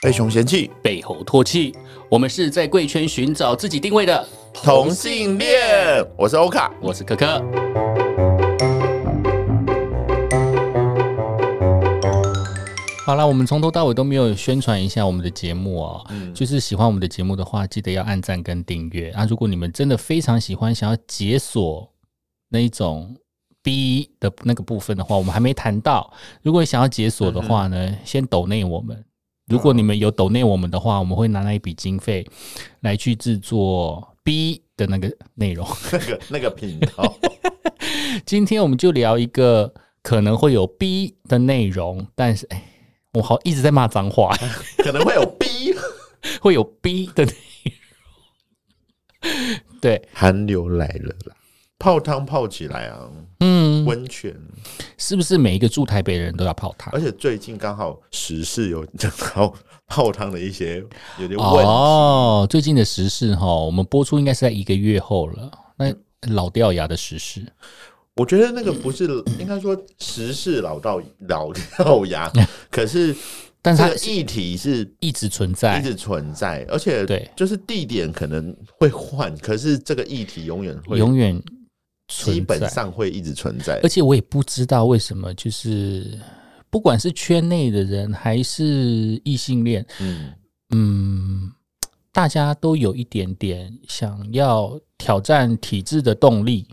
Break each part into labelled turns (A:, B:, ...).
A: 被熊嫌弃，
B: 背后唾弃。我们是在贵圈寻找自己定位的
A: 同性恋。我是欧卡，
B: 我是可可。好了，我们从头到尾都没有宣传一下我们的节目哦。就是喜欢我们的节目的话，记得要按赞跟订阅啊。如果你们真的非常喜欢，想要解锁那一种 B 的那个部分的话，我们还没谈到。如果想要解锁的话呢，先抖内我们。如果你们有抖内我们的话，我们会拿那一笔经费来去制作 B 的那个内容。
A: 那个那个频 道，
B: 今天我们就聊一个可能会有 B 的内容，但是哎，我好一直在骂 脏话，
A: 可能会有 B
B: 会有 B 的内容。对，
A: 寒流来了啦，泡汤泡起来啊，
B: 嗯，
A: 温泉，
B: 是不是每一个住台北的人都要泡汤
A: 而？且最近刚好时事有讲到 泡汤的一些有点问题，
B: 哦，最近的时事哈，我们播出应该是在一个月后了。那老掉牙的时事，
A: 我觉得那个不是应该说时事老到老掉 牙，可是
B: 但是
A: 这
B: 它
A: 个议题是
B: 一直存
A: 一
B: 在。
A: 直存在，而且
B: 对
A: 就是地点可能会换，可是这个议题永远会，
B: 永远
A: 基
B: 存
A: 本
B: 在。
A: 上会一直存在
B: 而。且我也不知道为什么，就是不管是圈内的人还是异性恋，
A: 嗯，
B: 嗯，大家都有一点点想要挑战体制的动力。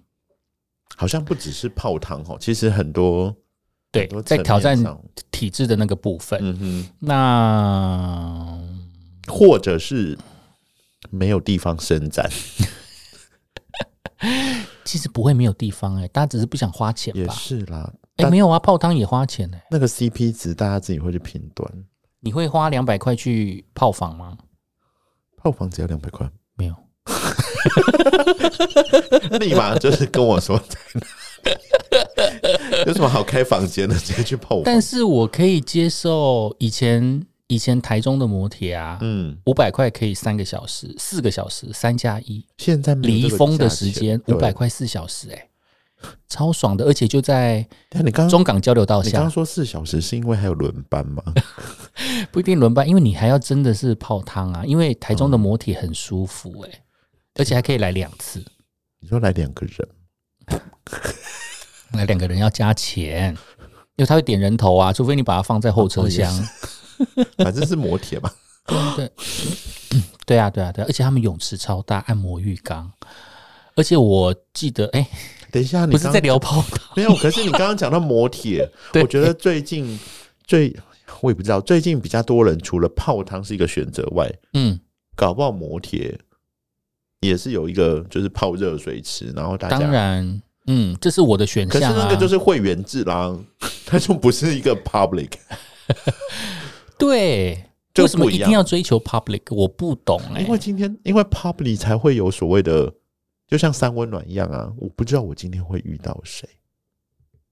A: 好像不只是泡汤哦，其实很多
B: 对
A: 很多，
B: 在
A: 层面
B: 挑战
A: 上
B: 体制的那个部分，
A: 嗯哼，
B: 那
A: 或者是没有地方伸展，
B: 其实不会没有地方哎、大家只是不想花钱
A: 也
B: 吧？
A: 是啦。
B: 哎、
A: 但
B: 没有啊，泡汤也花钱哎、
A: 那个 CP 值大家自己会去评断，
B: 你会花两百块去泡房吗？
A: 泡房只要两百 块，
B: 没有，
A: 立马就是跟我说 在哪里，有什么好开房间的，直接去泡房。
B: 但是我可以接受以前以前台中的摩铁啊，
A: 嗯，
B: 五百块可以三个小时、四个小时，三加一。
A: 现在没有这
B: 离
A: 个
B: 峰的
A: 价
B: 时
A: 钱
B: 间五百。
A: 对
B: 块四小时、哎，超爽的，而且就在
A: 但你刚刚
B: 中港交流道
A: 嗯你刚
B: 下
A: 刚，说四小时是因为还有轮班 吗？
B: 不一定轮班，因为你还要真的是泡汤啊，因为台中的
A: 哦
B: 摩铁很舒服、哎、而且还可以来两次，
A: 你说来两个人，
B: 来两个人要加钱。因为他会点人头啊，除非你把它放在后车厢。
A: 反正是摩铁嘛。哦
B: 对啊，对啊，对啊，而且他们泳池超大，按摩浴缸。而且我记得，哎、
A: 等一下，你
B: 不是
A: 刚
B: 在聊泡 汤，，
A: 没有？可是你刚刚讲到摩铁
B: 对
A: 我觉得最近最我也不知道，最近比较多人除了泡汤是一个选择外，
B: 嗯，
A: 搞不好摩铁也是有一个就是泡热水池，然后大
B: 当
A: 家。
B: 然，嗯，这是我的选
A: 可是
B: 项、啊。
A: 那个就是会员制啦， 它就不是一个 public。
B: 对，
A: 就
B: 为什么
A: 不一
B: 一
A: 样
B: 定要追求 public？我不懂哎、
A: 因为今天因为 public 才会有所谓的，就像三温暖一样啊，我不知道我今天会遇到谁，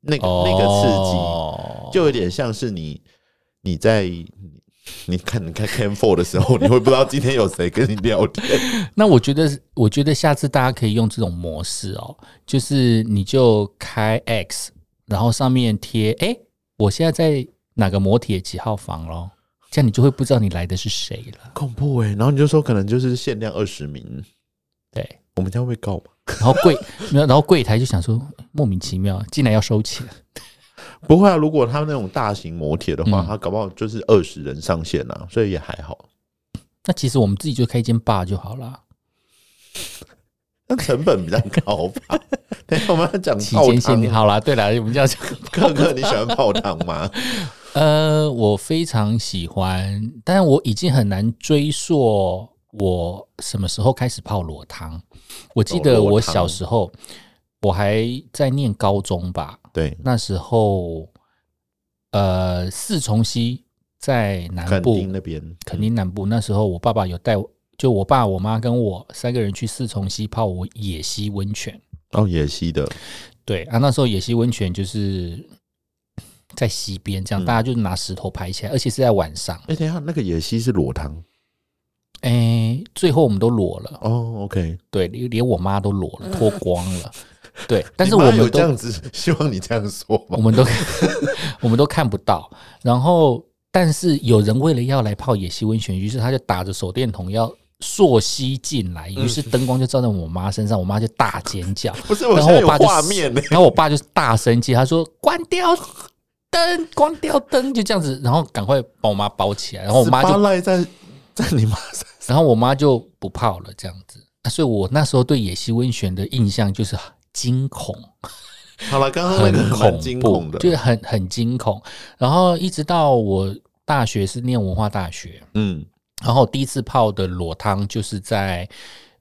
A: 那个、那个
B: 哦
A: 刺激就有点像是你你在你看你看 Cam Four 的时候，你 会不知道今天有谁跟你聊天，
B: 那我觉得，我觉得下次大家可以用这种模式哦，就是你就开 X，然后上面贴，哎、我现在在哪个摩铁几号房咯，这样你就会不知道你来的是谁了。
A: 恐怖
B: 欸
A: 哎、然后你就说可能就是限量二十名，
B: 对，
A: 我们这样会告吗？
B: 然后柜， 然后柜台就想说，莫名其妙进来要收钱，
A: 不会啊，如果他那种大型摩铁的话，
B: 嗯
A: 他搞不好就是二十人上线啊，所以也还好。
B: 那其实我们自己就开一间 bar 就好啦，
A: 那成本比较高 吧？等一下我们要讲
B: 期
A: 泡
B: 间限定
A: 汤，
B: 好啦。对啦，我们就要讲。
A: 哥哥你喜欢泡汤 吗？
B: 呃，我非常喜欢，但我已经很难追溯我什么时候开始泡裸汤。我记
A: 哦
B: 得
A: 裸
B: 我
A: 汤
B: 小时候，我还在念高中吧，
A: 对，
B: 那时候，呃，四重溪在南
A: 垦
B: 部，
A: 丁那边，
B: 垦丁南部。那时候我爸爸有带我，就我爸、我妈跟我三个人去四重溪泡我野溪温泉。
A: 哦，野溪的，
B: 对啊，那时候野溪温泉就是在溪边，
A: 嗯
B: 这样、大家就拿石头排起来，而且是在晚上。
A: 哎、等一下，那个野溪是裸汤
B: 哎、最后我们都裸了，
A: 哦，OK，
B: 对，连连我妈都裸了，脱光了， 对，但
A: 嗯
B: 是
A: 你
B: 我
A: 妈有
B: 们
A: 这
B: 都
A: 样子，希望你这样说吧
B: 我。们都我们都看不到，然后。但是有人为了要来泡野溪温泉，于是他就打着手电筒要溯溪进来，于
A: 嗯
B: 是灯光就照在我妈身上，我妈就大尖叫。
A: 不是，
B: 然
A: 我
B: 后
A: 现在
B: 我
A: 有
B: 爸就
A: 画面呢、
B: 然后我爸就大生气，他说：“关掉灯，关掉灯！”就这样子，然后赶快把我妈包起来，然后我妈就
A: 十八赖在在你妈身上，
B: 然后我妈就不泡了，这样子。啊所以我那时候对野溪温泉的印象就是惊恐，
A: 好了，刚刚那
B: 很
A: 个蛮
B: 恐
A: 惊
B: 怖，
A: 恐的，
B: 就是很很惊恐。然后一直到我大学是念文化大学，
A: 嗯，
B: 然后第一次泡的裸汤就是在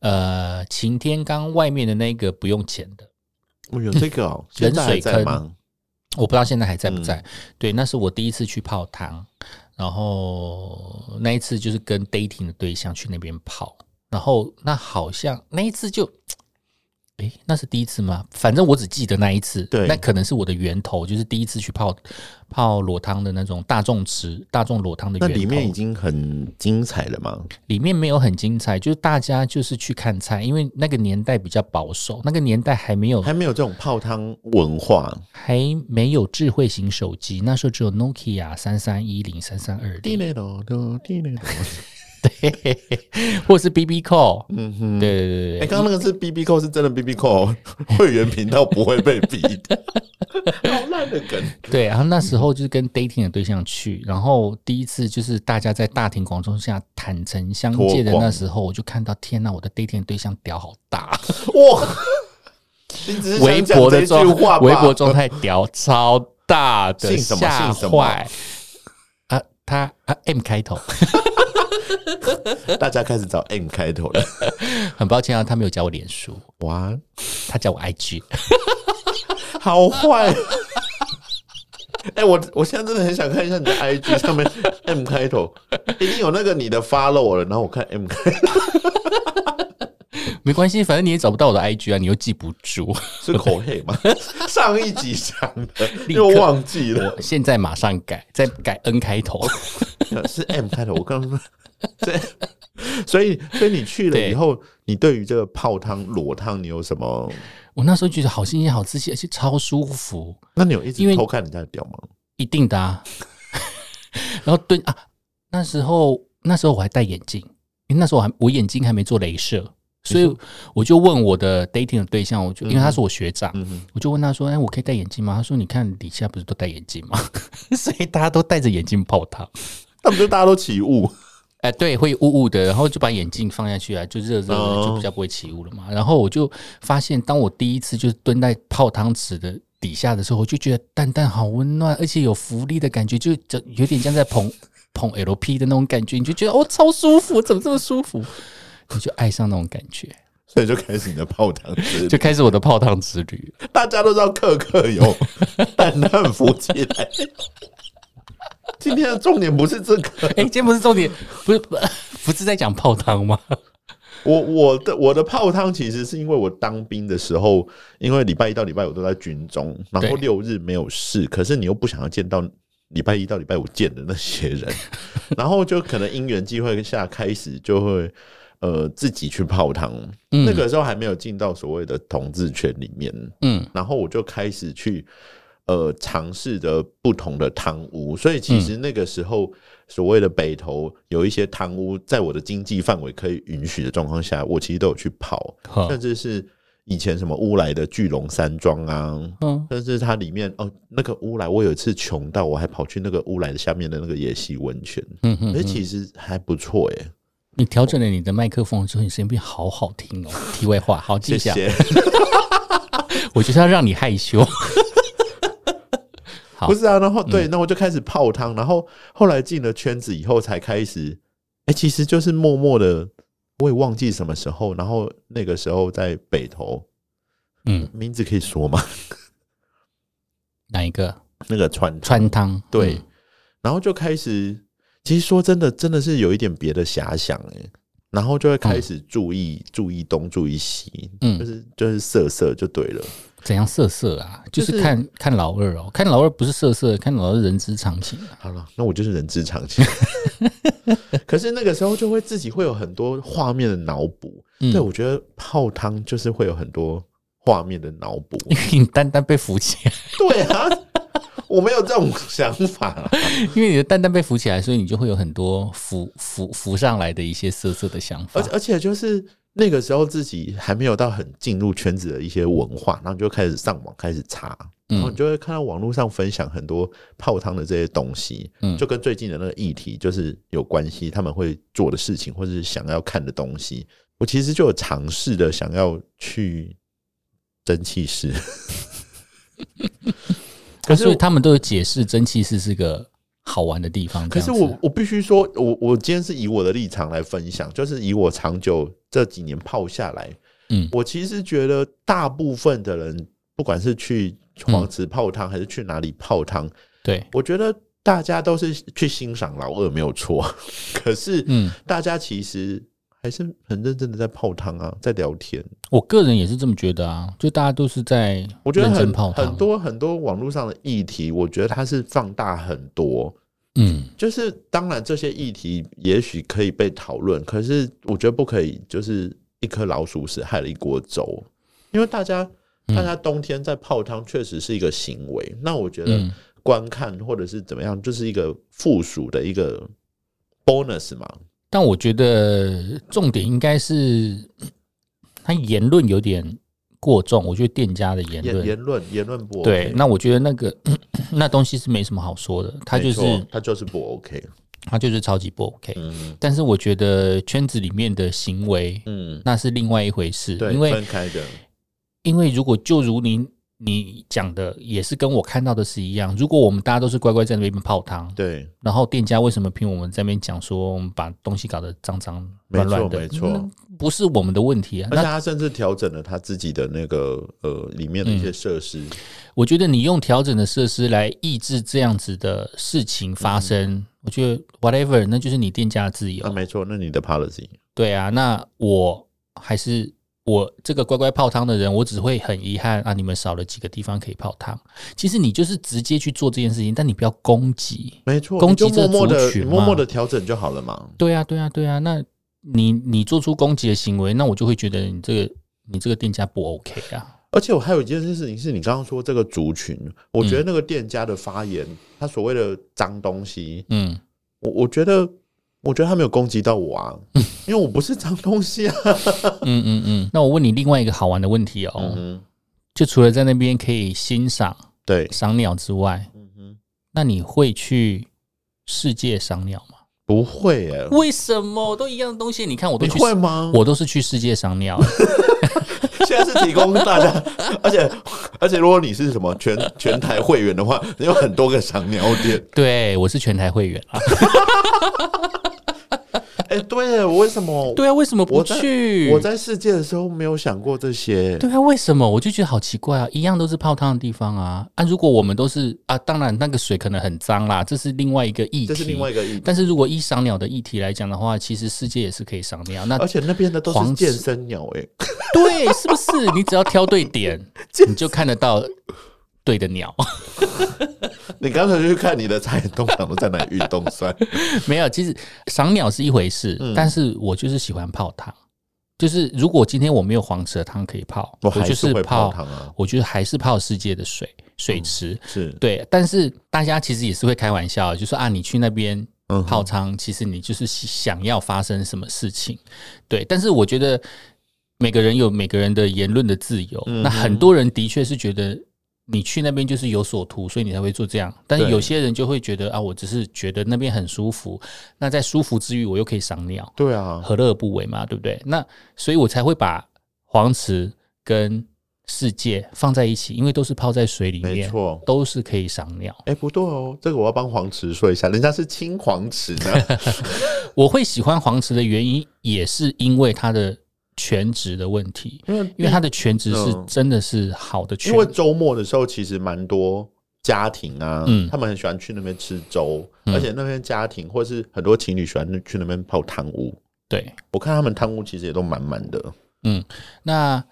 B: 呃擎天岗外面的那个不用钱的，
A: 我有这个哦， 现在还在吗？
B: 我不知道现在还在
A: 嗯
B: 不在。对，那是我第一次去泡汤，然后那一次就是跟 dating 的对象去那边泡，然后那好像那一次就。诶，那是第一次吗？反正我只记得那一次，
A: 对
B: 那可能是我的源头，就是第一次去泡泡裸汤的那种大众池、大众裸汤的
A: 那
B: 源头。
A: 里面已经很精彩了吗？
B: 里面没有很精彩，就是大家就是去看菜，因为那个年代比较保守，那个年代还没有
A: 还没有这种泡汤文化。
B: 还没有智慧型手机，那时候只有 Nokia 三三一零、三三二
A: 滴
B: 零，
A: 嘞咯咯，滴嘞咯。
B: 或是 BB Call。
A: 嗯哼，
B: 对对对对
A: 哎、
B: 对，
A: 刚刚那个是 B B 扣，是真的 B B 扣，会员频道不会被逼的。 好烂的梗，
B: 对。然后那时候就是跟 dating 的对象去，然后第一次就是大家在大庭广众下坦诚相见的
A: 脱光
B: 那时候，我就看到天呐，我的 dating 对象屌好大，
A: 哇！你 只是
B: 微
A: 想讲
B: 博
A: 这
B: 的
A: 一
B: 状
A: 句话吧？
B: 微博状态屌超大的，
A: 姓什么
B: 吓
A: 姓什么
B: 坏啊！他啊 M 开头，
A: 大家开始找 M 开头了。
B: 很抱歉啊，他没有加我脸书，
A: 哇，
B: 他加我 IG。
A: 好坏！哎、我我现在真的很想看一下你的 IG 上面 M 开头，已经有那个你的 follow 了，然后我看 M 开头
B: 没关系，反正你也找不到我的 IG 啊，你又记不住。
A: 是口黑吗？ 上一集讲 的又忘记了，
B: 现在马上改，再改 N 开 头。
A: 是 M 开头。我刚 刚对，所以所以你去了
B: 对
A: 以后，你对于这个泡汤、裸汤，你有什么？
B: 我那时候觉得好新鲜、好刺激，而且超舒服，
A: 那你有一
B: 因为
A: 直偷看人家的屌吗？
B: 一定的啊。 然后对啊，那时候那时候我还戴眼镜，因为那时候我还我眼睛还没做镭射，所以我就问我的 dating 的对象，我就因为他是我学长，
A: 嗯哼，
B: 我就问他说：“哎、我可以戴眼镜吗？”他说：“你看底下不是都戴眼镜吗？” 所以大家都戴着眼镜泡汤。
A: 那不就大家都起雾？
B: 哎、对，会雾雾的，然后就把眼镜放下去啊，就热热的，
A: 哦
B: 就比较不会起雾了嘛。然后我就发现，当我第一次就是蹲在泡汤池的底下的时候，我就觉得蛋蛋好温暖，而且有浮力的感觉，就就有点像在捧捧 LP 的那种感觉，你就觉得哦，超舒服，怎么这么舒服？你就爱上那种感觉，
A: 所以就开始你的泡汤之旅
B: 就开始我的泡汤之旅了。
A: 大家都知道克克有蛋蛋浮起来。今天的重点不是这个，
B: 哎、今天不是重点， 不是不不是在讲泡汤吗？
A: 我我的我的泡汤其实是因为我当兵的时候，因为礼拜一到礼拜五都在军中，然后
B: 对
A: 六日没有事，可是你又不想要见到礼拜一到礼拜五见的那些人，然后就可能因缘际会下开始就会呃自己去泡汤，那个时候还没有进到所谓的统治圈里面，
B: 嗯，
A: 然后我就开始去呃尝试着不同的汤屋，所以其
B: 嗯
A: 实那个时候、所谓的北投有一些汤屋，在我的经济范围可以允许的状况下，我其实都有去跑，
B: 好，
A: 甚至是以前什么乌来的巨龙山庄啊。
B: 嗯，
A: 甚至它里面哦，那个乌来，我有一次穷到我还跑去那个乌来的下面的那个野溪温泉，
B: 嗯哼
A: 哎、其实还不错耶、
B: 你调整了你的麦克风之后，你声音变好好听哦。题外话，好啊记
A: 谢
B: 下。
A: 谢。
B: 我就是要让你害羞。好
A: 不是啊，然后
B: 嗯
A: 对，那我就开始泡汤，然后后来进了圈子以后才开始，哎、其实就是默默的，我也忘记什么时候，然后那个时候在北投，
B: 嗯，
A: 名字可以说吗？
B: 哪一个
A: 那个川
B: 川汤？
A: 对，
B: 嗯
A: 然后就开始，其实说真的，真的是有一点别的遐想哎、然后就会开始注意、注意东注意西，
B: 嗯
A: 就是就是色色就对了，
B: 怎样色色啊？就
A: 就是
B: 是看看老二哦，看老二不是色色，看老二人之常情 啊。
A: 好了，那我就是人之常情。 可是那个时候就会自己会有很多画面的脑补，
B: 嗯
A: 对我觉得泡汤就是会有很多画面的脑补。
B: 因为你单单被扶起来，
A: 对啊，我没有这种想法啦，
B: 因为你的蛋蛋被浮起来，所以你就会有很多浮浮浮上来的一些色色的想法
A: 而且。而且就是那个时候自己还没有到很进入圈子的一些文化，然后你就开始上网开始查，然后
B: 嗯
A: 你就会看到网络上分享很多泡汤的这些东西，
B: 嗯
A: 就跟最近的那个议题就是有关系，他们会做的事情或是想要看的东西，我其实就有尝试的想要去蒸汽室，
B: 可
A: 可
B: 是、
A: 是
B: 所以
A: 我
B: 他们都有解释蒸汽室是个好玩的地方。
A: 可是
B: 这样子啊
A: 我我必须说，我我今天是以我的立场来分享，就是以我长久这几年泡下来，
B: 嗯
A: 我其实觉得大部分的人，不管是去
B: 嗯
A: 黄池泡汤还是去哪里泡汤，
B: 对，
A: 我觉得大家都是去欣赏老二没有错， 可是
B: 嗯，
A: 大家其实还是很认真的在泡汤啊，在聊天。
B: 我个人也是这么觉得啊，就大家都是在
A: 我觉得
B: 认真
A: 很
B: 泡汤
A: 很，多很多网络上的议题，我觉得它是放大很多。
B: 嗯
A: 就是当然这些议题也许可以被讨论，可是我觉得不可以，就是一颗老鼠屎害了一锅粥，因为大家
B: 嗯
A: 大家冬天在泡汤确实是一个行为，那我觉得
B: 嗯
A: 观看或者是怎么样，就是一个附属的一个 bonus 嘛，
B: 但我觉得重点应该是他言论有点过重，我觉得店家的言
A: 言
B: 论。
A: 言论言论不 OK,
B: 对，那我觉得那个 那东西是没什么好说的，他就
A: 没
B: 是
A: 错他就是不 OK，
B: 他就是超级不 OK。
A: 嗯
B: 但是我觉得圈子里面的行为
A: 嗯，
B: 那是另外一回事，
A: 对，
B: 因为
A: 分开的，
B: 因为如果就如您你讲的，也是跟我看到的是一样。如果我们大家都是乖乖在那边泡汤，
A: 对，
B: 然后店家为什么凭我们在那边讲说我们把东西搞得脏脏
A: 没
B: 乱
A: 错
B: 乱的？
A: 没错
B: 那不是我们的问题啊。
A: 而且
B: 那
A: 他甚至调整了他自己的那个呃里面的一些设施，
B: 我觉得你用调整的设施来抑制这样子的事情发生，
A: 嗯
B: 我觉得 whatever，那就是你店家的自由。
A: 啊，没错，那你的 policy。
B: 对啊，那我还是我这个乖乖泡汤的人，我只会很遗憾啊，你们少了几个地方可以泡汤。其实你就是直接去做这件事情，但你不要攻击。
A: 没错，
B: 攻
A: 你就
B: 击这
A: 默默
B: 族
A: 的，
B: 群
A: 你默默
B: 嘛
A: 的调整就好了嘛。
B: 对啊，对啊，对啊。那你你做出攻击的行为，那我就会觉得你这个你这个店家不 OK 啊。
A: 而且我还有一件事情是你刚刚说这个族群，我觉得
B: 嗯
A: 那个店家的发言，他所谓的脏东西，
B: 嗯，
A: 我我觉得，我觉得他没有攻击到我 啊，因为我不是脏东西啊。
B: 嗯嗯嗯。那我问你另外一个好玩的问题哦，
A: 嗯哼，
B: 就除了在那边可以欣赏
A: 对，
B: 赏鸟之外，
A: 嗯哼，
B: 那你会去世界赏鸟吗？
A: 不会耶、
B: 为什么都一样的东西？你看我都
A: 你
B: 去
A: 会吗？
B: 我都是去世界赏鸟，
A: 现在是提供大家，而且而且如果你是什么全全台会员的话，你有很多个赏鸟店。
B: 对我是全台会员啊。
A: 哎、对耶，我为什么？
B: 对啊，为什么不
A: 我在
B: 去？
A: 我在世界的时候没有想过这些。
B: 对啊，为什么？我就觉得好奇怪啊，一样都是泡汤的地方啊啊！如果我们都是啊，当然那个水可能很脏啦，这是另外一个议题。
A: 这是另外一个议题。
B: 但是如果依赏鸟的议题来讲的话，其实世界也是可以赏鸟。那
A: 而且那边的都
B: 黄
A: 是
B: 纸
A: 健身鸟、欸，
B: 对，是 不是？你只要挑对点，你就看得到对的鸟。
A: 你刚才就去看你的菜，通常都在哪里运动算？
B: 没有，其实赏鸟是一回事，
A: 嗯
B: 但是我就是喜欢泡汤。就是如果今天我没有黄蛇汤可以泡， 我
A: 还
B: 就是是
A: 会泡
B: 泡
A: 汤嗯啊，
B: 我觉得还是泡世界的水水池。
A: 是
B: 对，但是大家其实也是会开玩笑，就说啊，你去那边
A: 嗯
B: 泡汤，其实你就是想要发生什么事情。对，但是我觉得每个人有每个人的言论的自由，
A: 嗯哼
B: 那很多人的确是觉得。你去那边就是有所图，所以你才会做这样。但是
A: 对
B: 有些人就会觉得啊，我只是觉得那边很舒服，那在舒服之余，我又可以赏鸟。
A: 对啊，
B: 何乐而不为嘛，对不对？那所以我才会把黄池跟世界放在一起，因为都是泡在水里
A: 没
B: 面，
A: 错。
B: 都是可以赏鸟。
A: 哎、不对哦，这个我要帮黄池说一下，人家是青黄池 呢。
B: 我会喜欢黄池的原因，也是因为它的全职的问题，
A: 因为
B: 因为它的全职是
A: 嗯
B: 真的是好的全
A: 因为周末的时候，其实蛮多家庭啊，
B: 嗯
A: 他们很喜欢去那边吃粥，而且那边家庭或是很多情侣喜欢去那边泡汤屋。
B: 对。
A: 我看他们汤屋其实也都满满的，
B: 那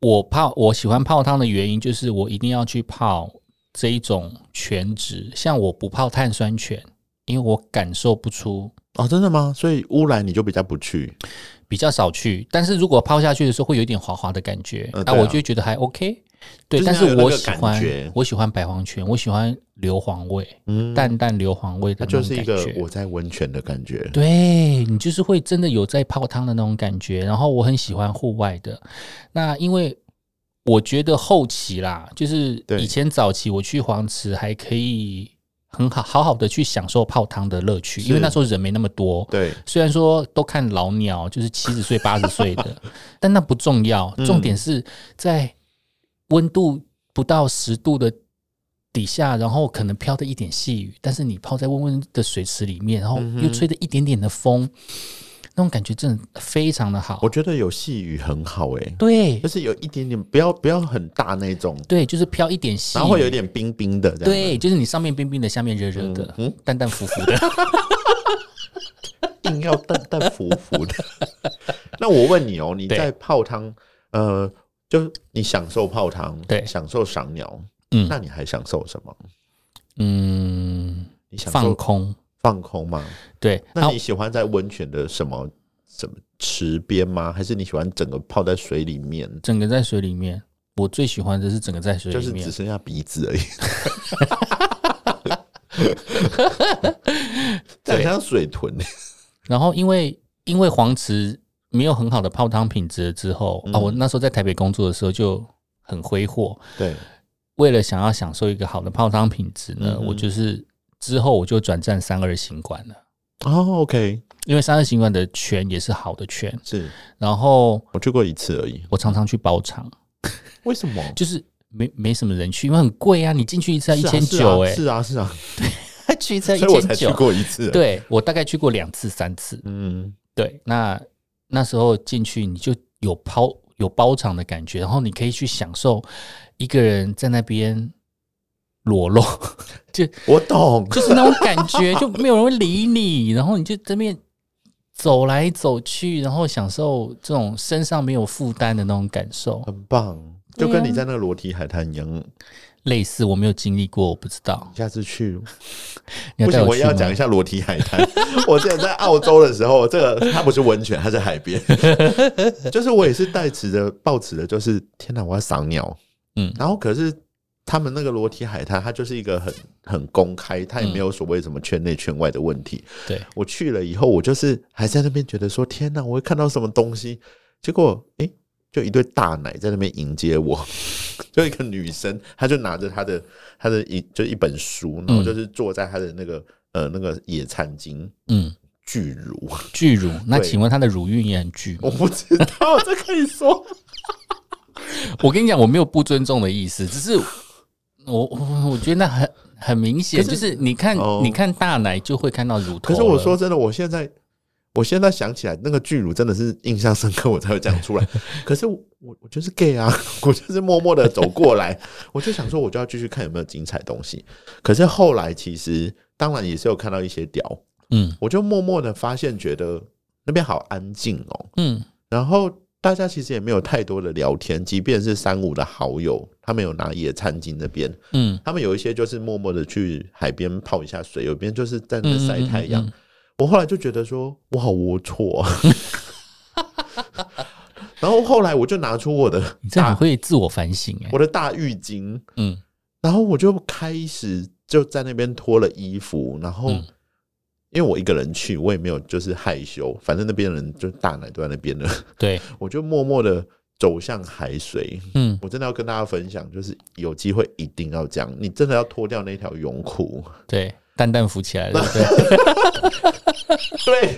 B: 我泡我喜欢泡汤的原因，就是我一定要去泡这一种全职，像我不泡碳酸泉，因为我感受不出
A: 哦，真的吗？所以乌来你就比较不去，
B: 比较少去，但是如果抛下去的时候会有一点滑滑的感觉，那、
A: 呃对啊
B: 我就会觉得还 OK。对，
A: 就是
B: 但
A: 它有
B: 是
A: 那
B: 我
A: 个
B: 喜
A: 感
B: 欢
A: 觉
B: 我喜欢白黄泉，我喜欢硫磺味，
A: 嗯，
B: 淡淡硫磺味
A: 它
B: 的那种
A: 就是一
B: 感
A: 个
B: 觉
A: 我在温泉的感觉。
B: 对你就是会真的有在泡汤的那种感觉，然后我很喜欢户外的。那因为我觉得后期啦，就是
A: 对
B: 以前早期我去黄池还可以很好好好的去享受泡汤的乐趣，因为
A: 是
B: 那时候人没那么多。
A: 对，
B: 虽然说都看老鸟，就是七十岁、八十岁 的，但那不重要，
A: 嗯
B: 重点是在温度不到十度的底下，然后可能飘着一点细雨，但是你泡在温温的水池里面，然后
A: 嗯
B: 又吹着一点点的风，那种感觉真的非常的好
A: 我。觉得有细雨很好诶、
B: 对
A: 就是有一点点，不要不要很大那种，
B: 对，就是飘一点细雨，
A: 然后会有点冰冰的这样。
B: 对，就是你上面冰冰的，下面热热的，
A: 嗯
B: 淡淡 浮浮的。
A: 硬要淡淡浮浮的。 那我问你哦，你
B: 对
A: 在泡汤，呃，就你享受泡汤，
B: 对
A: 享受赏鸟，
B: 嗯
A: 那你还享受什么？
B: 嗯，
A: 你享
B: 放
A: 受
B: 空。
A: 放空吗？
B: 对，
A: 那
B: 啊
A: 你喜欢在温泉的什么什么池边吗？还是你喜欢整个泡在水里面，
B: 整个在水里面，我最喜欢的是整个在水
A: 就
B: 里
A: 是
B: 面。
A: 只剩下鼻子而已？ 这很像水豚，
B: 然后因为因为黄池没有很好的泡汤品质之后、啊，
A: 嗯
B: 我那时候在台北工作的时候就很挥霍，
A: 对，
B: 为了想要享受一个好的泡汤品质呢，
A: 嗯哼
B: 我就是之后我就转战三二行馆了，
A: 哦，OK，
B: 因为三二行馆的泉也是好的泉，
A: 是
B: 然后
A: 我去过一次而已。
B: 我常常去包场，
A: 为什么？
B: 就是。没没什么人去，因为很贵啊！你进去一次要一
A: 是啊
B: 千
A: 是啊
B: 九，哎，
A: 是啊是啊，
B: 去一次要
A: 所以我
B: 一
A: 才
B: 千
A: 去
B: 九。
A: 过一次。，啊
B: 对我大概去过两次、三次，
A: 嗯，
B: 对，那那时候进去你就有包有包场的感觉，然后你可以去享受一个人在那边裸露， 就
A: 我懂，
B: 就是那种感觉，就没有人会理你，然后你就这边走来走去，然后享受这种身上没有负担的那种感受。
A: 很棒，
B: 对
A: 就
B: 啊
A: 跟你在那个裸体海滩一样。你
B: 类似我没有经历过，我不知道。
A: 下次去，
B: 你
A: 不
B: 带
A: 行，
B: 我
A: 我
B: 去
A: 也要讲一
B: 吗？
A: 下裸体海滩。 我之前在澳洲的时候，这个它不是温泉，它是海 边，就是我也是带持着抱持的，就是天哪，我要赏鸟。
B: 嗯
A: 然后可是他们那个裸体海滩，它就是一个很很公开，它也没有所谓什么圈内圈外的问题。
B: 对，
A: 我去了以后，我就是还在那边觉得说，天哪，我会看到什么东西？结果，诶，就一对大奶在那边迎接我， 就一个女生，她就拿着她的她的一就一本书，然后就是坐在她的那个呃那个野餐巾
B: 嗯，
A: 巨乳，
B: 巨乳。那
A: 对
B: 请问他的乳晕也很巨吗
A: 我？不知道这可以说，
B: 我跟你讲，我没有不尊重的意思，只是我我我觉得那很很明显，
A: 可
B: 就是是你看、
A: 哦
B: 你看大奶就会看到乳
A: 可
B: 头了。
A: 是我说真的，我现在。我现在想起来，那个巨乳真的是印象深刻，我才会讲出来。可是我我我就是 gay 啊， 我就是默默的走过来， 我就想说，我就要继续看有没有精彩东西。可是后来其实当然也是有看到一些屌，
B: 嗯
A: 我就默默的发现，觉得那边好安静哦。
B: 嗯
A: 然后大家其实也没有太多的聊天，即便是三五的好友，他们有拿野餐巾那边，
B: 嗯，
A: 他们有一些就是默默的去海边泡一下水，有边就是在那边晒太阳。
B: 嗯嗯嗯嗯
A: 我后来就觉得说，我好龌龊、啊。 然后后来我就拿出我的
B: 你这很
A: 大
B: 会自我反省哎、
A: 我的大浴巾，
B: 嗯
A: 然后我就开始就在那边脱了衣服，然后、
B: 嗯
A: 因为我一个人去，我也没有就是害羞，反正那边人就大奶都在那边了，
B: 对
A: 我就默默的走向海水。
B: 嗯
A: 我真的要跟大家分享，就是有机会一定要这样，你真的要脱掉那条泳裤。
B: 对，蛋蛋浮起来了，对不
A: 对，哎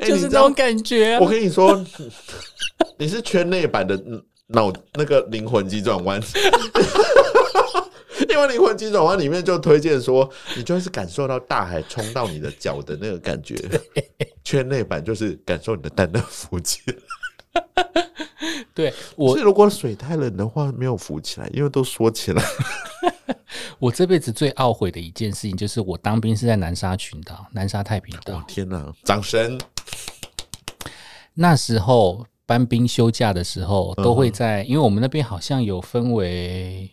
B: 对？就
A: 你
B: 是
A: 知
B: 那
A: 道
B: 种感觉啊、
A: 我跟你说， 你是圈内版的嗯脑那个灵魂急转弯。 因为《灵魂急转弯》里面就推荐说，你就是感受到大海冲到你的脚的那个感觉。圈内版就是感受你的蛋蛋浮起来。
B: 对我
A: 是如果水太冷的话，没有浮起来，因为都缩起来。
B: 我这辈子最懊悔的一件事情，就是我当兵是在南沙群岛，南沙太平岛。
A: 哦天哪！掌声！
B: 那时候搬兵休假的时候，
A: 嗯
B: 都会在，因为我们那边好像有分为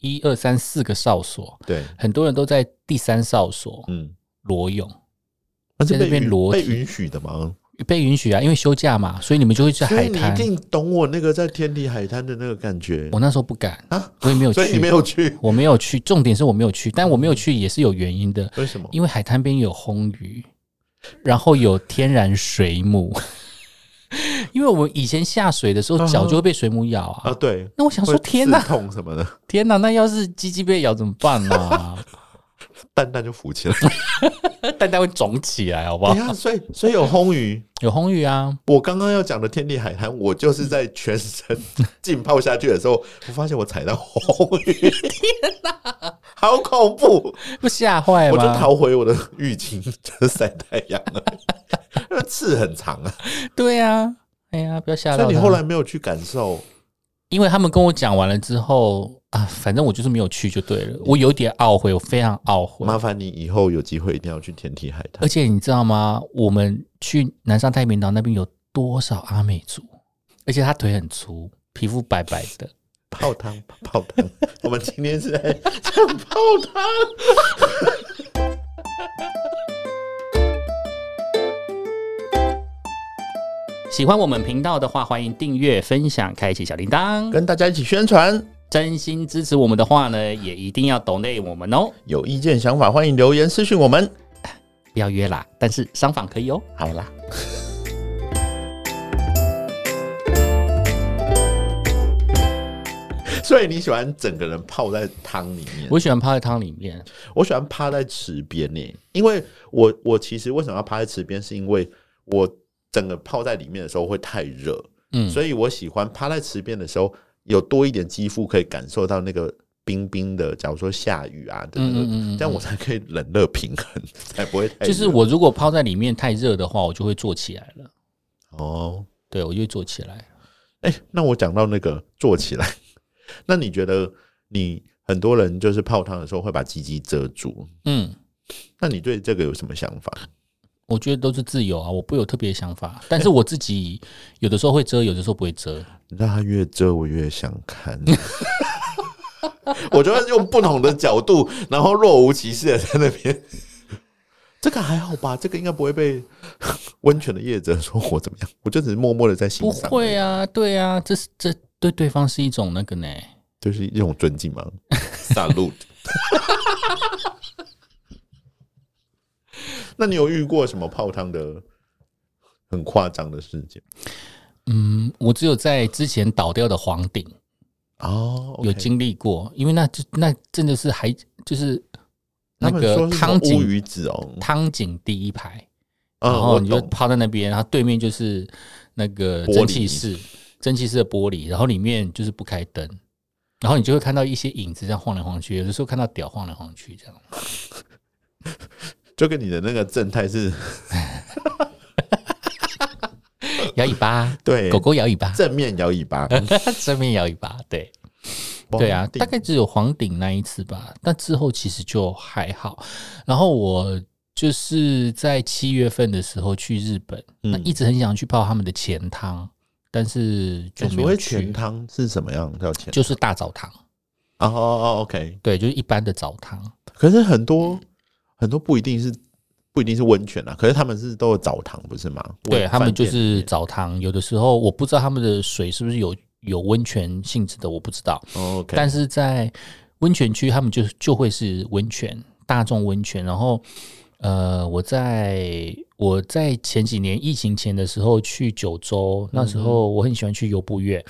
B: 一二三四个哨所，
A: 对，
B: 很多人都在第三哨所
A: 嗯，
B: 裸泳，
A: 那是
B: 在那
A: 被
B: 边
A: 允
B: 裸
A: 被
B: 体
A: 允许的吗？
B: 被允许啊，因为休假嘛，所以你们就会去
A: 所
B: 海
A: 以你一
B: 滩。
A: 定懂我那个在天体海滩的那个感觉
B: 我那时候不敢
A: 啊，
B: 我也没有去，
A: 所以你没有去，
B: 我没有去。重点是我没有去，但我没有去也是有原因的，
A: 为什 么？
B: 因为海滩边有红鱼，然后有天然水母。 因为我们以前下水的时候，脚就会被水母咬啊。
A: 啊，对，
B: 那我想
A: 嗯
B: 说，
A: 会
B: 天哪
A: 刺，痛什么的，
B: 天哪，那要是鸡鸡被咬怎么办啊？
A: 蛋蛋就浮起来。
B: 蛋蛋会肿起来，好不好
A: 你？看，所以所以有烘鱼，
B: 有红鱼啊，
A: 我刚刚要讲的天地海滩，我就是在全身浸泡下去的时候，我发现我踩到红鱼，天哪，好恐怖！
B: 不吓坏
A: 我就
B: 吗？
A: 逃回我的浴巾，就是晒太阳了。 那刺很长啊，
B: 对啊，哎呀，不要吓到
A: 所
B: 它。
A: 以你后来没有去感受，
B: 因为他们跟我讲完了之后啊，反正我就是没有去就对了，我有点懊悔，我非常懊悔。
A: 麻烦你以后有机会一定要去天体海滩
B: 而。且你知道吗？我们去南沙太平岛那边有多少阿美族？而且他腿很粗，皮肤白白的。
A: 泡汤，泡汤。 我们今天是在讲泡汤。
B: 喜欢我们频道的话，欢迎订阅、分享、开启小铃铛。
A: 跟大家一起宣传。
B: 真心支持我们的话呢，也一定要懂内我们哦，
A: 有意见想法，欢迎留言私讯我们。
B: 不要约啦，但是商访可以哦。
A: 好啦，所以你喜欢整个人泡在汤里面？
B: 我喜欢泡在汤里面，
A: 我喜欢趴在池边呢、因为我我其实为什么要趴在池边，是因为我整个泡在里面的时候会太热，
B: 嗯，
A: 所以我喜欢趴在池边的时候有多一点肌肤可以感受到那个冰冰的，假如说下雨啊的那个，
B: 嗯嗯嗯嗯
A: 这样我才可以冷热平衡，才不会太热
B: 就是我如果泡在里面太热的话，我就会坐起来了。
A: 哦。
B: 对，我就会坐起来。
A: 哎、那我讲到那个坐起来，那你觉得你很多人就是泡汤的时候会把鸡鸡遮住，
B: 嗯，
A: 那你对这个有什么想法？
B: 我觉得都是自由啊，我不有特别想法，但是我自己有的时候会遮，有的时候不 会遮。
A: 你知道他越遮我越想看， 我就会用不同的角度，然后若无其事的在那边。 这个还好吧，这个应该不会被温泉的业者说我怎么样，我就只是默默的在欣
B: 不
A: 赏，
B: 会啊，对啊，这是这对对方是一种那个呢。
A: 就是一种尊敬嘛。Salute。那你有遇过什么泡汤的很夸张的事件？
B: 嗯，我只有在之前倒掉的黄顶
A: 哦，OK，
B: 有经历过，因为那就那真的是还就是那
A: 他们说
B: 个
A: 是什么
B: 汤
A: 乌
B: 景
A: 鱼子哦，
B: 汤景第一排，
A: 嗯
B: 然后
A: 我
B: 哦你就
A: 懂
B: 泡在那边，然后对面就是那个
A: 玻璃
B: 蒸汽室，蒸汽室的玻璃，然后里面就是不开灯，然后你就会看到一些影子这样晃来晃去，有的时候看到屌晃来晃去这样。
A: 就跟你的那个正太是，
B: 摇尾巴
A: 对
B: 狗狗摇尾巴，
A: 正面摇尾巴，
B: 正面摇尾巴，对对啊，大概只有黄顶那一次吧，但之后其实就还好。然后我就是在七月份的时候去日本，
A: 嗯
B: 那一直很想去泡他们的钱汤，但是就
A: 欸
B: 没
A: 所
B: 有
A: 谓
B: 去
A: 全，汤是什么样叫全？
B: 就是大澡堂，
A: 哦哦哦，OK。
B: 对，就是一般的澡堂。
A: 可是很多很多不一定是不一定是温泉啊，可是他们是都有澡堂不是吗？
B: 对他们就
A: 饭店
B: 是澡堂，有的时候我不知道他们的水是不是有有温泉性质的，我不知道。
A: 哦 OK，
B: 但是在温泉区，他们就就会是温泉，大众温泉。然后，呃，我在我在前几年疫情前的时候去九州，那
A: 嗯
B: 时候我很喜欢去游步院。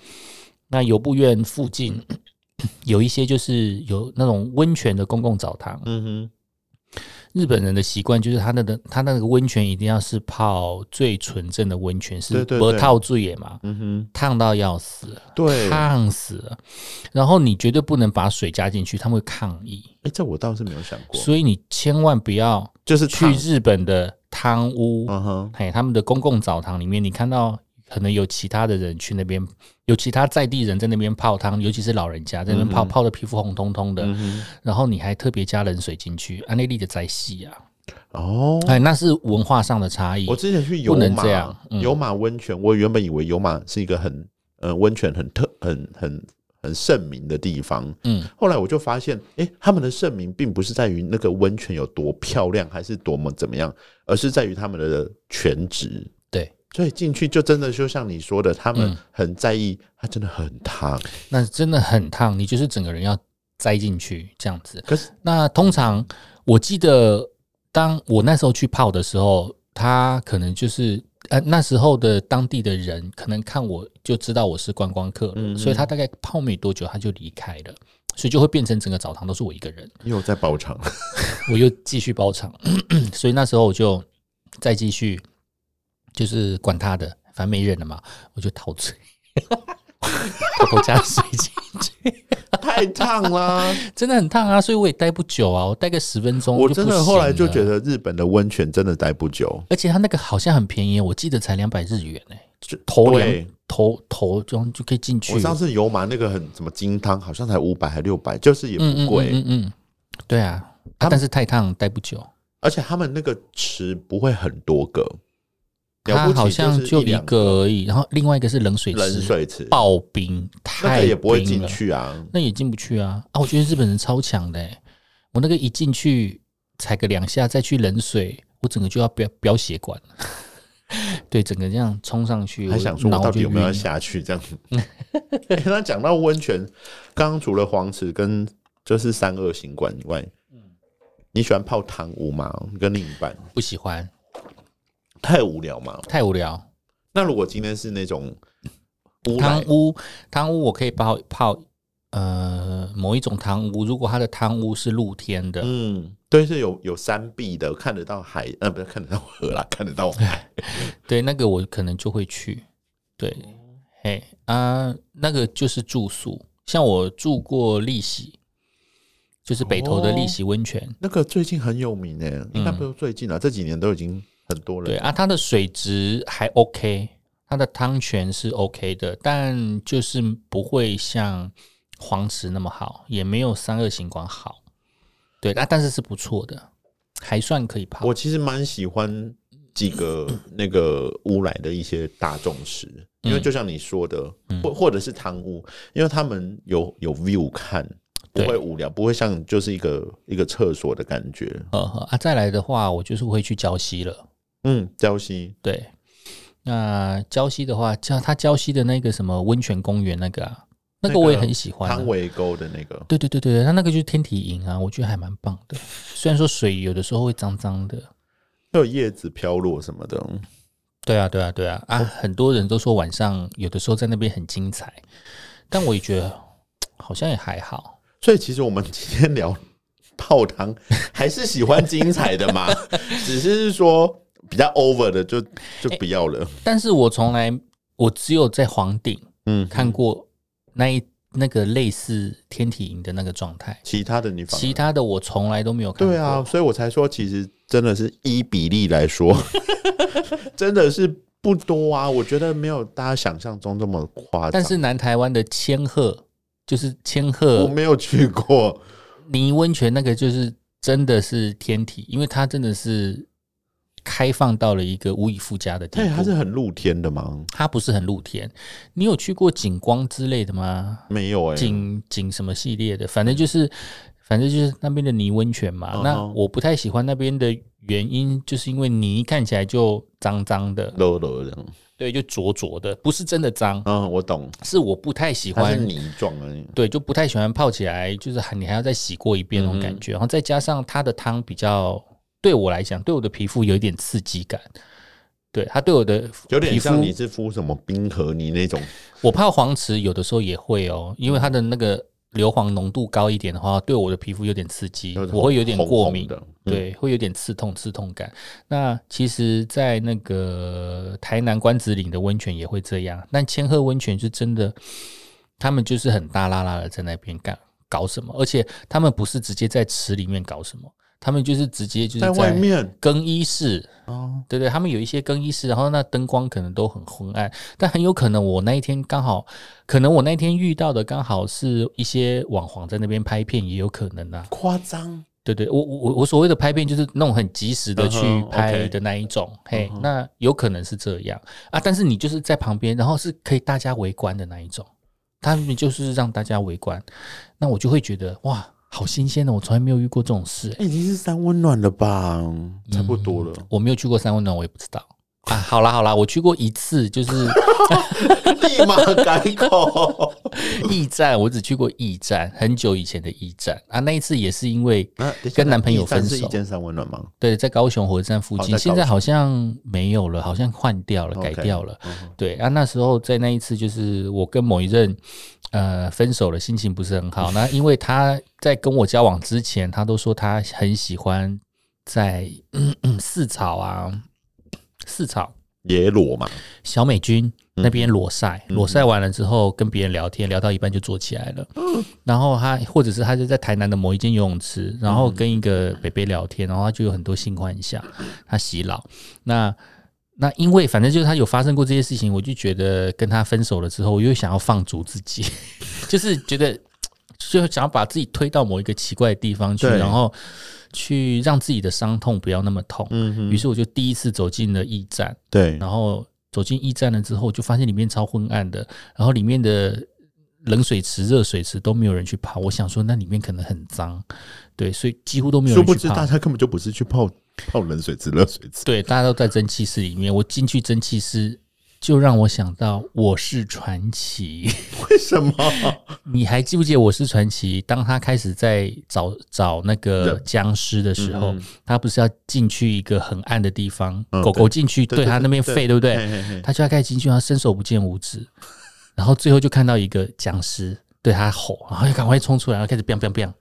B: 那游步院附近 有一些就是有那种温泉的公共澡堂。
A: 嗯哼，
B: 日本人的习惯就是他那个他那个温泉一定要是泡最纯正的温泉，
A: 对
B: 是
A: 对
B: 不
A: 对
B: 套醉也嘛，
A: 嗯哼，
B: 烫到要死，
A: 对。哎、
B: 烫死了。然后你绝对不能把水加进去，他们会抗议。
A: 这我倒是没有想过，
B: 所以你千万不要
A: 就是
B: 去
A: 去，
B: 日本的汤屋，
A: 嗯哼，
B: 嘿，他们的公共澡堂里面，你看到可能有其他的人去那边，有其他在地人在那边泡汤，尤其是老人家在那边泡，
A: 嗯
B: 泡的皮肤红彤彤的，然后你还特别加冷水进去，安内利的在戏啊。
A: 哦。
B: 哎，那是文化上的差异
A: 我。之前去有
B: 不能
A: 马
B: 这样嗯
A: 有马温泉，我原本以为有马是一个很呃温泉很特很很很盛名的地方，
B: 嗯，
A: 后来我就发现，诶，他们的盛名并不是在于那个温泉有多漂亮，还是多么怎么样，而是在于他们的全职。
B: 对，
A: 所以进去就真的就像你说的，他们
B: 嗯
A: 很在意，它真的很烫。
B: 那真的很烫，你就是整个人要栽进去这样子。
A: 可是
B: 那通常我记得，当我那时候去泡的时候，他可能就是呃那时候的当地的人，可能看我就知道我是观光客了，
A: 嗯嗯
B: 所以他大概泡没多久他就离开了，所以就会变成整个澡堂都是我一个人，
A: 又在包场，
B: 我又继续包场， 所以那时候我就再继续，就是管他的，反正没人了嘛，我就陶醉。 偷偷加水进去，
A: 太烫 啦！
B: 真的很烫啊，所以我也待不久啊，我待个十分钟
A: 我
B: 就
A: 真
B: 不
A: 的
B: 行啊
A: 后来就
B: 了
A: 觉得日本的温泉真的待不久，
B: 而且它那个好像很便宜，我记得才两百日元呢、头两
A: 对
B: 头头装就可以进去
A: 我
B: 了。
A: 上次有买那个很什么金汤，好像才五百还六百，就是也
B: 嗯
A: 不贵。
B: 嗯嗯嗯嗯，对啊，啊但是太烫待不久，
A: 而且他们那个池不会很多个，了
B: 它
A: 不
B: 好
A: 起
B: 像
A: 就是
B: 就
A: 一
B: 一
A: 两
B: 个而已，然后另外一个是冷水池，
A: 冷水池，
B: 爆冰，
A: 那
B: 太
A: 个也不会
B: 冰
A: 进
B: 了，
A: 去啊。
B: 那也进不去啊啊！我觉得日本人超强的、欸，我那个一进去踩个两下，再去冷水，我整个就要飙飙血管了。 对，整个这样冲上去，
A: 还想说我
B: 脑
A: 到底
B: 就
A: 有没有
B: 晕
A: 要
B: 了
A: 下去这样 子？欸那讲到温泉，刚刚除了黄池跟就是三二行馆以外，你喜欢泡汤屋吗？跟另一半
B: 不喜欢，
A: 太无聊吗？
B: 太无聊。
A: 那如果今天是那种屋
B: 汤
A: 来，
B: 屋，汤屋我可以泡泡呃某一种汤屋，如果它的汤屋是露天的，
A: 嗯，对，是有有山壁的，看得到海，呃，不是看得到河啦，看得到 海。
B: 对那个我可能就会去。对，嘿啊，那个就是住宿，像我住过利喜，就是北投
A: 哦
B: 的利喜温泉。
A: 那个最近很有名诶、
B: 嗯
A: 应该不是最近啊，这几年都已经很多人
B: 对啊，它的水质还 OK，它的汤泉是 OK 的，但就是不会像黄池那么好，也没有三二行馆好。对，那、但是是不错的，还算可以泡。
A: 我其实蛮喜欢几 个那个乌来的一些大众池，因为就像你说的，
B: 嗯
A: 或或者是堂屋，因为他们有有 view 看，不
B: 对
A: 会无聊，不会像就是一个一个厕所的感觉。
B: 呃啊，再来的话，我就是会去礁溪了。
A: 嗯，礁溪
B: 对，那礁溪的话，叫它礁溪的那个什么温泉公园那个啊，那个我也很喜欢、啊
A: 汤。唯沟的那个，
B: 对对对对，它那个就是天体营啊，我觉得还蛮棒的。虽然说水有的时候会脏脏的，
A: 会有叶子飘落什么的。
B: 对啊对啊对啊
A: 哦
B: 啊！很多人都说晚上有的时候在那边很精彩，但我也觉得好像也还好。
A: 所以其实我们今天聊泡汤， 还是喜欢精彩的嘛，只是说比较 over 的就就
B: 哎
A: 不要了。
B: 但是我从来我只有在黄顶
A: 嗯，
B: 看过那一那个类似天体营的那个状态。
A: 其他的你反而
B: 其他的我从来都没有看过。
A: 对啊，，所以我才说，其实真的是依比例来 说，真的是不多啊。我觉得没有大家想象中这么夸张。
B: 但是南台湾的千鹤，就是千
A: 我
B: 鹤
A: 没有去过，
B: 泥温泉那个，就是真的是天体，因为它真的是开放到了一个无以复加的地
A: 对，它
B: 步
A: 是。很露天的吗？
B: 它不是很露天，你有去过景光之类的吗？
A: 没有哎、
B: 景景什么系列的，反正就是，反正就是那边的泥温泉嘛。
A: 嗯哼
B: 那我不太喜欢那边的原因，就是因为泥看起来就脏脏的，
A: 柔柔的，
B: 对，就浊浊的，不是真的脏，
A: 嗯，我懂，
B: 是我不太喜
A: 它是
B: 欢
A: 泥状而已。
B: 对，就不太喜欢泡起来，就是还你还要再洗过一遍
A: 嗯
B: 那种感觉。然后再加上它的汤比较对我来讲，对我的皮肤有一点刺激感。对它对我的
A: 有点
B: 皮肤
A: 像你是敷什么冰河泥那种，
B: 我泡黄池有的时候也会哦，因为它的那个硫磺浓度高一点的话，对我的皮肤有点刺激，
A: 就是
B: 我会有点
A: 红
B: 过
A: 红
B: 敏。
A: 的。嗯，
B: 对，会有点刺痛，刺痛感。那其实，在那个台南关子岭的温泉也会这样，但千鹤温泉是真的，他们就是很大啦啦的在那边干搞什么，而且他们不是直接在池里面搞什么，他们就是直接就是
A: 在外面
B: 更衣室，
A: 哦，
B: 对对，他们有一些更衣室，然后那灯光可能都很昏暗，但很有可能我那一天刚好，可能我那一天遇到的刚好是一些网红在那边拍片，也有可能啊。
A: 夸张。
B: 对对，我我我所谓的拍片就是那种很及时的去
A: 嗯哼
B: 拍
A: OK
B: 的那一种嘿那有可能是这样啊，但是你就是在旁边，然后是可以大家围观的那一种，他们就是让大家围观，那我就会觉得哇，好新鲜哦，我从来没有遇过这
A: 哎
B: 种事、欸嗯
A: 已经是三温暖了吧？差不多了。
B: 我没有去过三温暖，我也不知道，啊，好啦好啦，我去过一次，就是
A: 立马改口。
B: 驿站，我只去过驿站，很久以前的驿站啊。那一次也是因为
A: 啊等一下
B: 跟男朋友分
A: 驿站是
B: 手
A: 一，间三温暖吗？
B: 对，在高雄火车站附
A: 哦在高雄
B: 近，现在好像没有了，好像换掉了，
A: OK
B: 改掉了。
A: 嗯哼
B: 对啊，那时候在那一次，就是我跟某一任呃分手了，心情不是 很好。那因为他在跟我交往之前，他都说他很喜欢在 四草啊，四草
A: 野裸嘛，
B: 小美军
A: 嗯
B: 那边裸晒，裸晒完了之后跟别人聊天，聊到一半就坐起来了。
A: 嗯
B: 然后他或者是他就在台南的某一间游泳池，然后跟一个北北聊天，然后他就有很多性幻想，他洗脑。那那因为反正就是他有发生过这些事情，我就觉得跟他分手了之后，我又想要放逐自己， 就是觉得就想要把自己推到某一个奇怪的地方去，
A: 对
B: 然后去让自己的伤痛不要那么痛。
A: 嗯哼，
B: 于是我就第一次走进了驿站。
A: 对，
B: 然后走进驿站了之后，就发现里面超昏暗的，然后里面的冷水池、热水池都没有人去泡。我想说，那里面可能很脏，对，所以几乎都没有
A: 殊
B: 人
A: 不
B: 去
A: 知大
B: 泡。
A: 家根本就不是去泡泡冷水池、热水池。
B: 对，大家都在蒸汽室里面。我进去蒸汽室，就让我想到《我是传奇》。
A: 为什么？
B: 你还记不记得《我是传奇》？当他开始在找找那个
A: 人
B: 僵尸的时候，他不是要进去一个很暗的地方，
A: 嗯
B: 狗
A: 对
B: 狗进去对他那边吠，对不对？
A: 嘿嘿嘿
B: 他就要开始进去，他伸手不见五指，然后最后就看到一个僵尸对他吼，然后就赶快冲出来，然后开始 biang biang biang。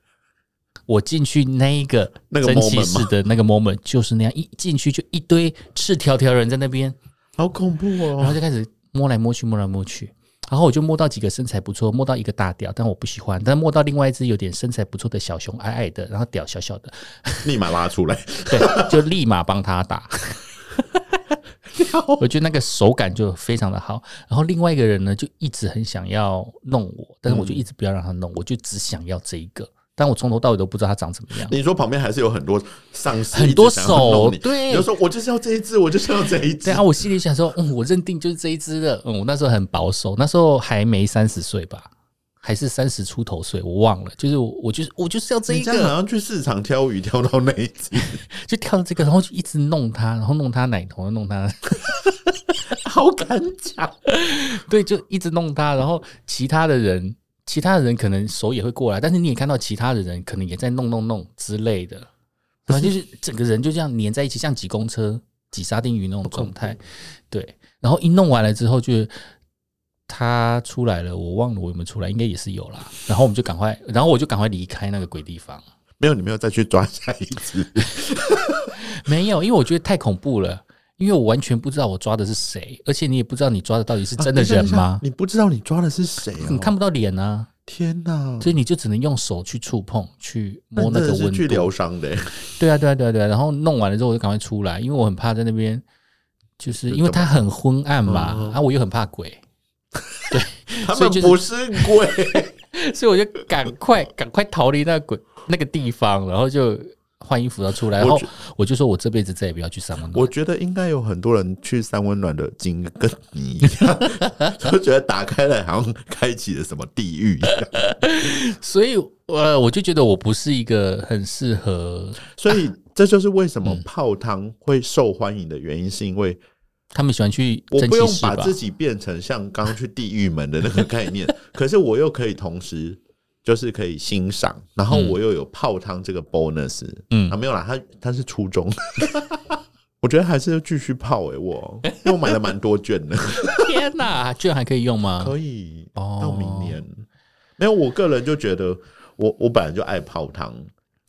B: 我进去那一个
A: 那个
B: 蒸
A: moment
B: 汽
A: 吗
B: 室的那个 moment 就是那样，一进去就一堆赤条条人在那边，
A: 好恐怖
B: 然后
A: 哦！
B: 就开始摸来摸去，摸来摸去。然后我就摸到几个身材不错，摸到一个大屌，但我不喜欢；但摸到另外一只有点身材不错的小熊，矮矮的，然后屌小小的，
A: 立马拉出来，
B: 对， 就立马帮 他打。我觉得那个手感就非常的好。然后另外一个人呢，就一直很想要弄我，但是我就一直不要让他弄，我就只想要这一个。但我从头到尾都不知道他长怎么样。
A: 你说旁边还是有很多丧尸，
B: 很多
A: 一直想要弄你
B: 手对
A: 你就说我就是要这一只，我就是要这一只
B: 对。啊，我心里想说，嗯，我认定就是这一只了。嗯，我那时候很保守，那时候还没三十岁吧，还是三十出头岁，我忘了。就是我，我就是我就是要这
A: 你
B: 一
A: 这样好
B: 个，
A: 像去市场挑鱼，挑到那一 只，
B: 就跳到这个，然后就一直弄他，然后弄他奶头，弄他
A: 好敢讲。
B: 对，就一直弄他，然后其他的人，其他的人可能手也会过来，但是你也看到其他的人可能也在弄弄弄之类的，然后就是整个人就这样粘在一起，像挤公车、挤沙丁鱼那种状态。对，然后一弄完了之后就。他出来了，我忘了我有没有出来，应该也是有啦。然后我们就赶快，然后我就赶快离开那个鬼地方。
A: 没有，你没有再去抓下一只。
B: 没有，因为我觉得太恐怖了，因为我完全不知道我抓的是谁，而且你也不知道你抓的到底是真的
A: 啊等
B: 人
A: 一下
B: 吗？
A: 你不知道你抓的是谁哦
B: 你看不到脸啊。
A: 天哪！
B: 所以你就只能用手去触碰、去摸那
A: 真
B: 个
A: 的是
B: 温
A: 去
B: 度。
A: 疗伤的，
B: 对啊，对啊，对啊，对啊。然后弄完了之后，我就赶快出来，因为我很怕在那边，就是因为它很昏暗
A: 嗯
B: 嘛，啊，我又很怕鬼，
A: 欸他
B: 所以
A: 们
B: 就是
A: 不是鬼。
B: 所以我就赶快 赶快逃离那个鬼那个地方，然后就换衣服要出来，然
A: 我
B: 后
A: 觉
B: 我就说我这辈子再也不要去上温
A: 我
B: 暖。
A: 觉得应该有很多人去三温暖的经历跟你一样， 就觉得打开了好像开启了什么地狱一样。
B: 所以呃，我就觉得我不是一个很适合
A: 所以这就是为什
B: 嗯
A: 么泡汤会受欢迎的原因，是因为
B: 他们喜欢去
A: 我
B: 蒸
A: 不
B: 汽
A: 用
B: 室
A: 把
B: 吧？
A: 自己变成像刚刚去地狱门的那个概念，可是我又可以同时。就是可以欣赏，然后我又有泡汤这个 bonus，
B: 嗯
A: 啊没有啦，他他是初中， 我觉得还是要继续泡诶、欸我因为我买了蛮多券 的，
B: 天哪，居然还可以用吗？
A: 可以
B: 哦
A: 到明年。没有，我个人就觉得我我本来就爱泡汤，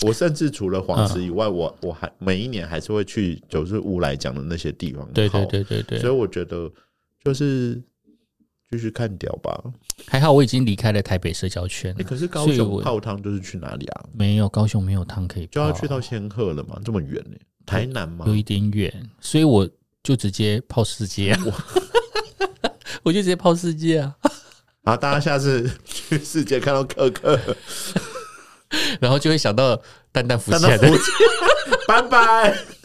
A: 我甚至除了黄
B: 嗯
A: 石以外，我我还每一年还是会去就是乌来讲的那些地方泡。
B: 对对对对对，
A: 所以我觉得就是继续看屌吧。
B: 还好我已经离开了台北社交圈
A: 欸
B: 了。
A: 可是高
B: 嗯所以
A: 雄
B: 我
A: 泡汤就是去哪里啊？
B: 没有，高雄没有汤可以泡，
A: 就要去到仙鹤了嘛，这么远呢、台南嘛
B: 哦有，一点远，所以我就直接泡世界、 啊，我就直接泡世界啊，
A: 然后大家下次去世界看到可可，
B: 然后就会想到蛋蛋浮
A: 看
B: 起
A: 到
B: 来的
A: 福建，拜拜。